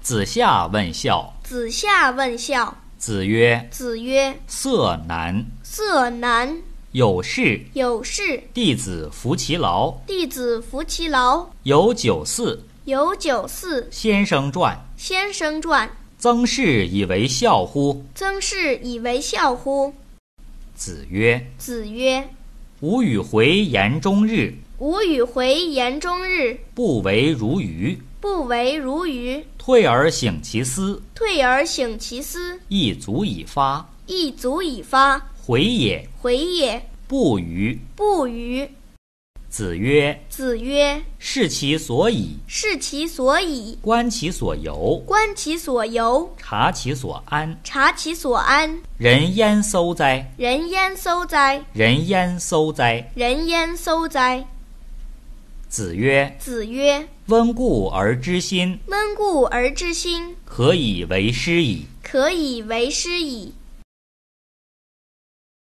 子夏问孝。子夏问孝，子曰子曰：“色难，：“色难，有事有事，弟子服其劳。弟子服其劳。有九四，”有九四，先生传。先生传。曾是以为孝乎？曾是以为孝乎？子曰子曰：“吾与回言终日，：“吾与回言终日，不为如鱼。不为如鱼。退而省其思，退而省其思，亦足以发。亦足以发。回也，回也，不愚。不愚。”子曰”子曰：“视其所以，：“是其所以，观其所由，观其所由，察其所安。察其所安。人焉搜哉？人焉搜哉？人焉搜哉？”人焉搜哉？”子曰子曰：“温故而知新，：“温故而知新，可以为师矣。可以为师矣。